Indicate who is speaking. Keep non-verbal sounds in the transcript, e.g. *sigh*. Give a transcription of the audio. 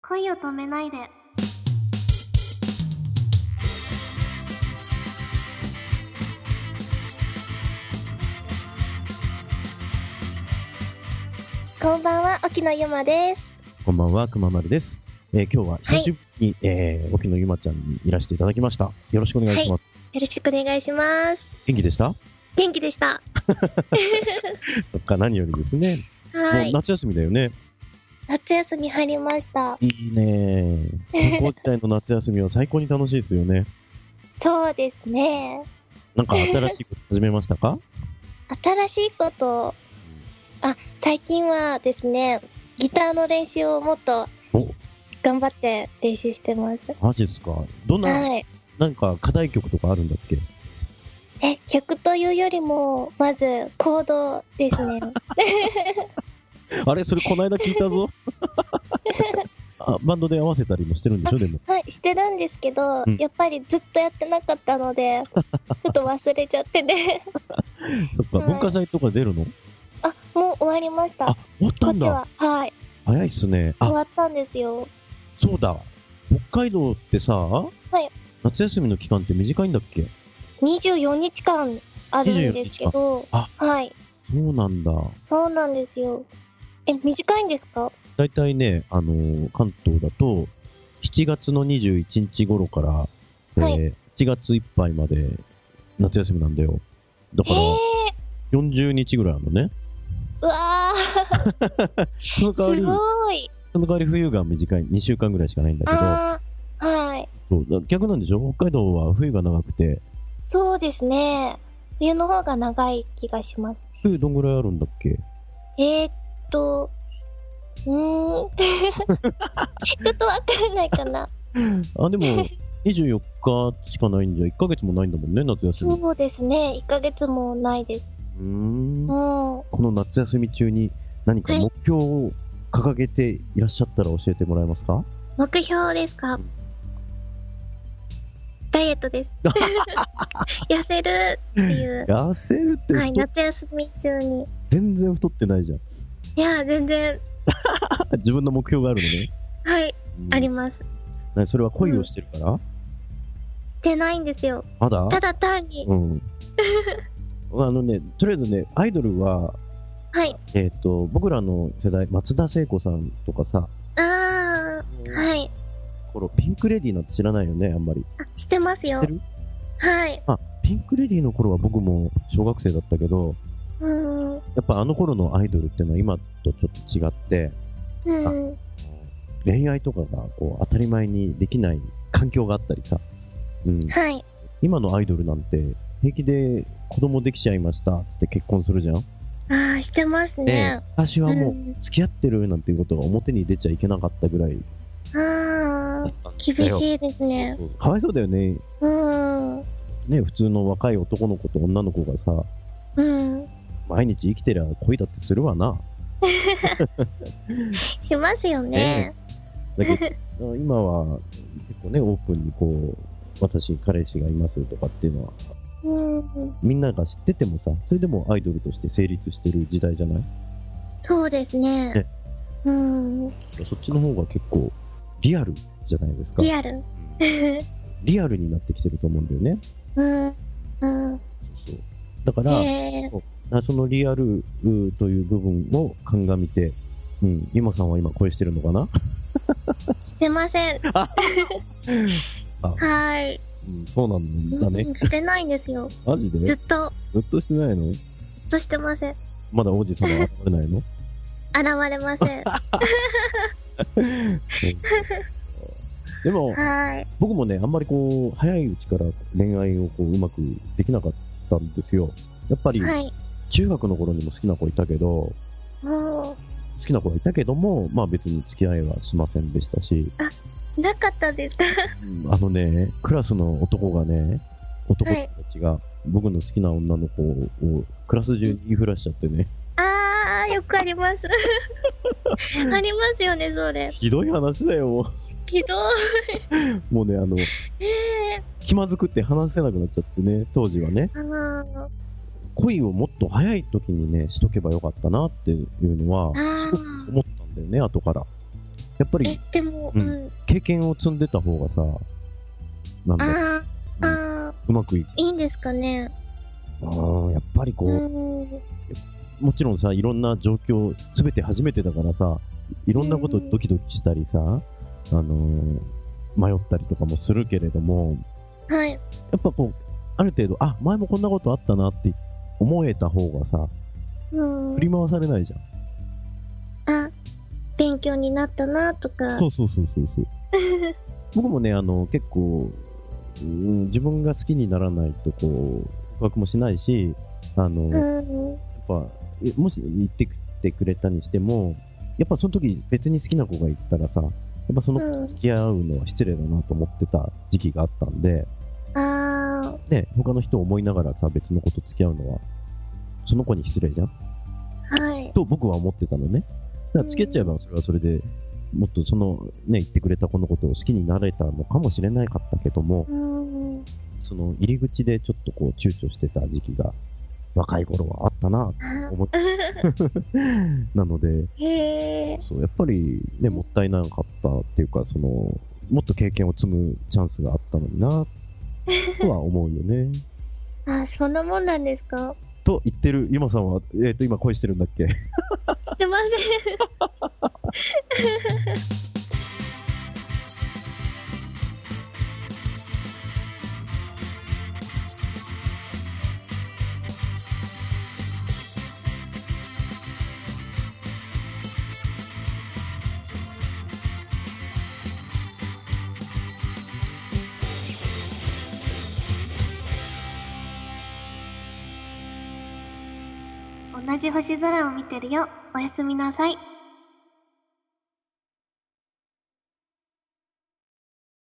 Speaker 1: 恋を止めないで。こんばんは、沖野ゆまです。
Speaker 2: こんばんは、くままるです。えー今日は久しぶりに、えー沖野ゆまちゃんにいらしていただきました。よろしくお願いします。
Speaker 1: よろしくお願いします。
Speaker 2: 元気でした
Speaker 1: 元気でした。
Speaker 2: そっか、何よりですね。
Speaker 1: は
Speaker 2: もう
Speaker 1: い。
Speaker 2: 夏休みだよね。
Speaker 1: 夏休み入りました。
Speaker 2: い
Speaker 1: *laughs*
Speaker 2: いね。高校時代の夏休みは最高に楽しいですよね。
Speaker 1: そうですね。
Speaker 2: なんか新しいこと始めました
Speaker 1: *laughs*
Speaker 2: か
Speaker 1: 新しいこと、あ、最近はですね、ギターの練習をもっと
Speaker 2: お、
Speaker 1: 頑張って練習してます。
Speaker 2: マジですか。どんな、
Speaker 1: はい。
Speaker 2: なんか課題曲とかあるんだっけ
Speaker 1: え、曲というよりも、まず、コードです
Speaker 2: *laughs*
Speaker 1: ね。
Speaker 2: あれ、それこないだ聞いた
Speaker 1: *laughs*
Speaker 2: ぞ。あバンドで合わせたりもしてるんでしょでも。
Speaker 1: はい、してるんですけど、
Speaker 2: うん
Speaker 1: やっぱりずっとやってなかったの
Speaker 2: *laughs*
Speaker 1: で、ちょっと忘れちゃってね。 *laughs*
Speaker 2: そっか、
Speaker 1: はい
Speaker 2: 文化祭とか出るの
Speaker 1: あ、もう終わりました
Speaker 2: あ。、終わっ
Speaker 1: こ
Speaker 2: た
Speaker 1: っち
Speaker 2: んだ。
Speaker 1: は、はい、
Speaker 2: 早いっすね。あ
Speaker 1: 終、わったんですよ。
Speaker 2: そうだ。北海道ってさ、
Speaker 1: い
Speaker 2: 夏休みの期間って短いんだっけ
Speaker 1: 24日間あるんですけど、
Speaker 2: あ
Speaker 1: はい、
Speaker 2: そうなんだ。
Speaker 1: そうなんですよ。え、短いんですか
Speaker 2: だいたいね、あのー関東だと、7月の21日頃から、
Speaker 1: はい
Speaker 2: えー7月いっぱいまで夏休みなんだよ。だ
Speaker 1: え
Speaker 2: か
Speaker 1: ー、
Speaker 2: ら、40日ぐらいあるのね。
Speaker 1: うわ
Speaker 2: そ
Speaker 1: ー、
Speaker 2: の
Speaker 1: す
Speaker 2: 代わり、
Speaker 1: ごい。
Speaker 2: その代わり冬が短い、2週間ぐらいしかないんだけ
Speaker 1: あー、はい。
Speaker 2: ど、そうだ逆なんでしょ北海道は冬が長くて、
Speaker 1: そうですね。冬の方が長い気がします。
Speaker 2: 冬どんぐらいあるんだっけ
Speaker 1: えー、っと、うーん。 *laughs* ちょっとわかんないかな。
Speaker 2: あ、
Speaker 1: *laughs*
Speaker 2: でも、24日しかないんじゃ、1ヶ月もないんだもんね、夏休み。
Speaker 1: そうですね。1ヶ月もないです。
Speaker 2: うーん
Speaker 1: う。ん。
Speaker 2: この夏休み中に何か目標を掲げていらっしゃったら教えてもらえますか
Speaker 1: 目標ですかダイエット
Speaker 2: *laughs*
Speaker 1: です。痩せるっていう。
Speaker 2: 痩せるって
Speaker 1: はい、
Speaker 2: 太っ
Speaker 1: 夏休み中に。
Speaker 2: 全然太ってないじゃん
Speaker 1: いや、全然、
Speaker 2: 自分の目標があるのね、
Speaker 1: はい、
Speaker 2: うん
Speaker 1: あります。
Speaker 2: 何それは恋をしてるから、
Speaker 1: してないんですよ。
Speaker 2: まだ
Speaker 1: ただ単に、
Speaker 2: うん *laughs* あのねとりあえずねアイドルは
Speaker 1: はい。
Speaker 2: えっ、と僕らの世代松田聖子さんとかさ
Speaker 1: あー、はい。
Speaker 2: 頃ピンク・レディーなんて知らないよねあんまり
Speaker 1: あしてます
Speaker 2: 知っ
Speaker 1: よ
Speaker 2: て。る
Speaker 1: はい。
Speaker 2: あピンク・レディーの頃は僕も小学生だったけど
Speaker 1: うん。う
Speaker 2: やっぱあの頃のアイドルっていうのは今とちょっと違って
Speaker 1: ん。
Speaker 2: 恋愛とかがこう当たり前にできない環境があったりさ、うん、
Speaker 1: はい。
Speaker 2: 今のアイドルなんて平気で子供できちゃいましたっつって結婚するじゃん、
Speaker 1: あー、してますね。
Speaker 2: 昔はも
Speaker 1: う
Speaker 2: うん付き合ってるなんていうことが表に出ちゃいけなかったぐらい
Speaker 1: あー、厳
Speaker 2: い
Speaker 1: しいですね。
Speaker 2: かわいそうだよね
Speaker 1: うん。
Speaker 2: ね普通の若い男の子と女の子がさ
Speaker 1: うん。
Speaker 2: 毎日生きてりゃ恋だってするわな
Speaker 1: しますよね。
Speaker 2: だけど今は結構ねオープンにこう私彼氏がいますとかっていうのは
Speaker 1: うん。
Speaker 2: みんなが知っててもさそれでもアイドルとして成立してる時代じゃない
Speaker 1: そうですね
Speaker 2: ね。
Speaker 1: うん。
Speaker 2: そっちの方が結構リアルじゃないですか。
Speaker 1: リアル。
Speaker 2: リアルになってきてると思うんだよね。
Speaker 1: うん。うん。
Speaker 2: そうだから、
Speaker 1: えー、
Speaker 2: そのリアルという部分を鑑みて、うん、ゆまさんは今恋してるのかな、
Speaker 1: してません。 *laughs*
Speaker 2: あ
Speaker 1: はい。
Speaker 2: うん、そうなんだね
Speaker 1: う。んしてないんですよ。
Speaker 2: マジ
Speaker 1: ず
Speaker 2: で
Speaker 1: っと、
Speaker 2: ずっとしてないの
Speaker 1: ずっとしてません。
Speaker 2: まだ王子様は現れないの
Speaker 1: 現れま
Speaker 2: *laughs*
Speaker 1: せん。
Speaker 2: そうでも、
Speaker 1: はい。
Speaker 2: 僕もね、あんまりこう、早いうちから恋愛をこう、うまくできなかったんですよ。やっぱり、
Speaker 1: はい。
Speaker 2: 中学の頃にも好きな子いたけど、
Speaker 1: もう、
Speaker 2: 好きな子がいたけども、まあ別に付き合いはしませんでしたし、
Speaker 1: しなかったですか
Speaker 2: あのね、クラスの男がね、男友達が僕の好きな女の子をクラス中に言いふらしちゃってね、 *laughs*
Speaker 1: あー、よくあります。ありますよね、それ。
Speaker 2: ひどい話だよ、も
Speaker 1: けど、
Speaker 2: うもうね、あの、
Speaker 1: え
Speaker 2: 気まずくって話せなくなっちゃってね、当時はね、
Speaker 1: ー、あー、
Speaker 2: 恋をもっと早い時にね、しとけばよかったなっていうのは、
Speaker 1: あー
Speaker 2: 思ったんだよね、後から。やっぱ
Speaker 1: え
Speaker 2: り、
Speaker 1: でも、
Speaker 2: う
Speaker 1: うんん。
Speaker 2: 経験を積んでた方がさ、なんだ、
Speaker 1: ああ、ああ、
Speaker 2: うまくいく。
Speaker 1: いいんですかね。
Speaker 2: あーやっぱりこう、
Speaker 1: うん。
Speaker 2: もちろんさ、いろんな状況、すべて初めてだからさ、いろんなこと
Speaker 1: うん
Speaker 2: ドキドキしたりさ、あのー迷ったりとかもするけれども、
Speaker 1: はい。
Speaker 2: やっぱこう、ある程度、あ、前もこんなことあったなって思えた方がさ、
Speaker 1: うん
Speaker 2: 振。り回されないじゃん。
Speaker 1: あ、勉強になったなとか。
Speaker 2: そうそうそう
Speaker 1: *laughs*
Speaker 2: そうそう。僕もね、あの、結構、うん、自分が好きにならないと、こう、告白もしないし、あの、やっ
Speaker 1: うん。
Speaker 2: ぱ、えもし言ってきてくれたにしても、やっぱその時別に好きな子がいたらさ、やっぱその
Speaker 1: う
Speaker 2: 子と付き合うのは失礼だなと思ってた時期があったんで、
Speaker 1: ん。ああ、
Speaker 2: ね、他の人を思いながらさ、別の子と付き合うのは、その子に失礼じゃん
Speaker 1: はい。
Speaker 2: と僕は思ってたのね。だから付き合っちゃえばそれはそれでもっとそのね言ってくれた子のことを好きになれたのかもしれなかったけども、
Speaker 1: うん。
Speaker 2: その入り口でちょっとこう躊躇してた時期が若い頃はあったな
Speaker 1: あ
Speaker 2: と思って。なので、
Speaker 1: へえ。
Speaker 2: そうやっぱりねもったいなかったっていうかそのもっと経験を積むチャンスがあったのになとは思うよね。
Speaker 1: あ、そんなもんなんですか
Speaker 2: と言ってるゆまさんはえっ、と今恋してるんだっけ？
Speaker 1: してま *laughs* せん。同じ星空を見てるよおやすみなさい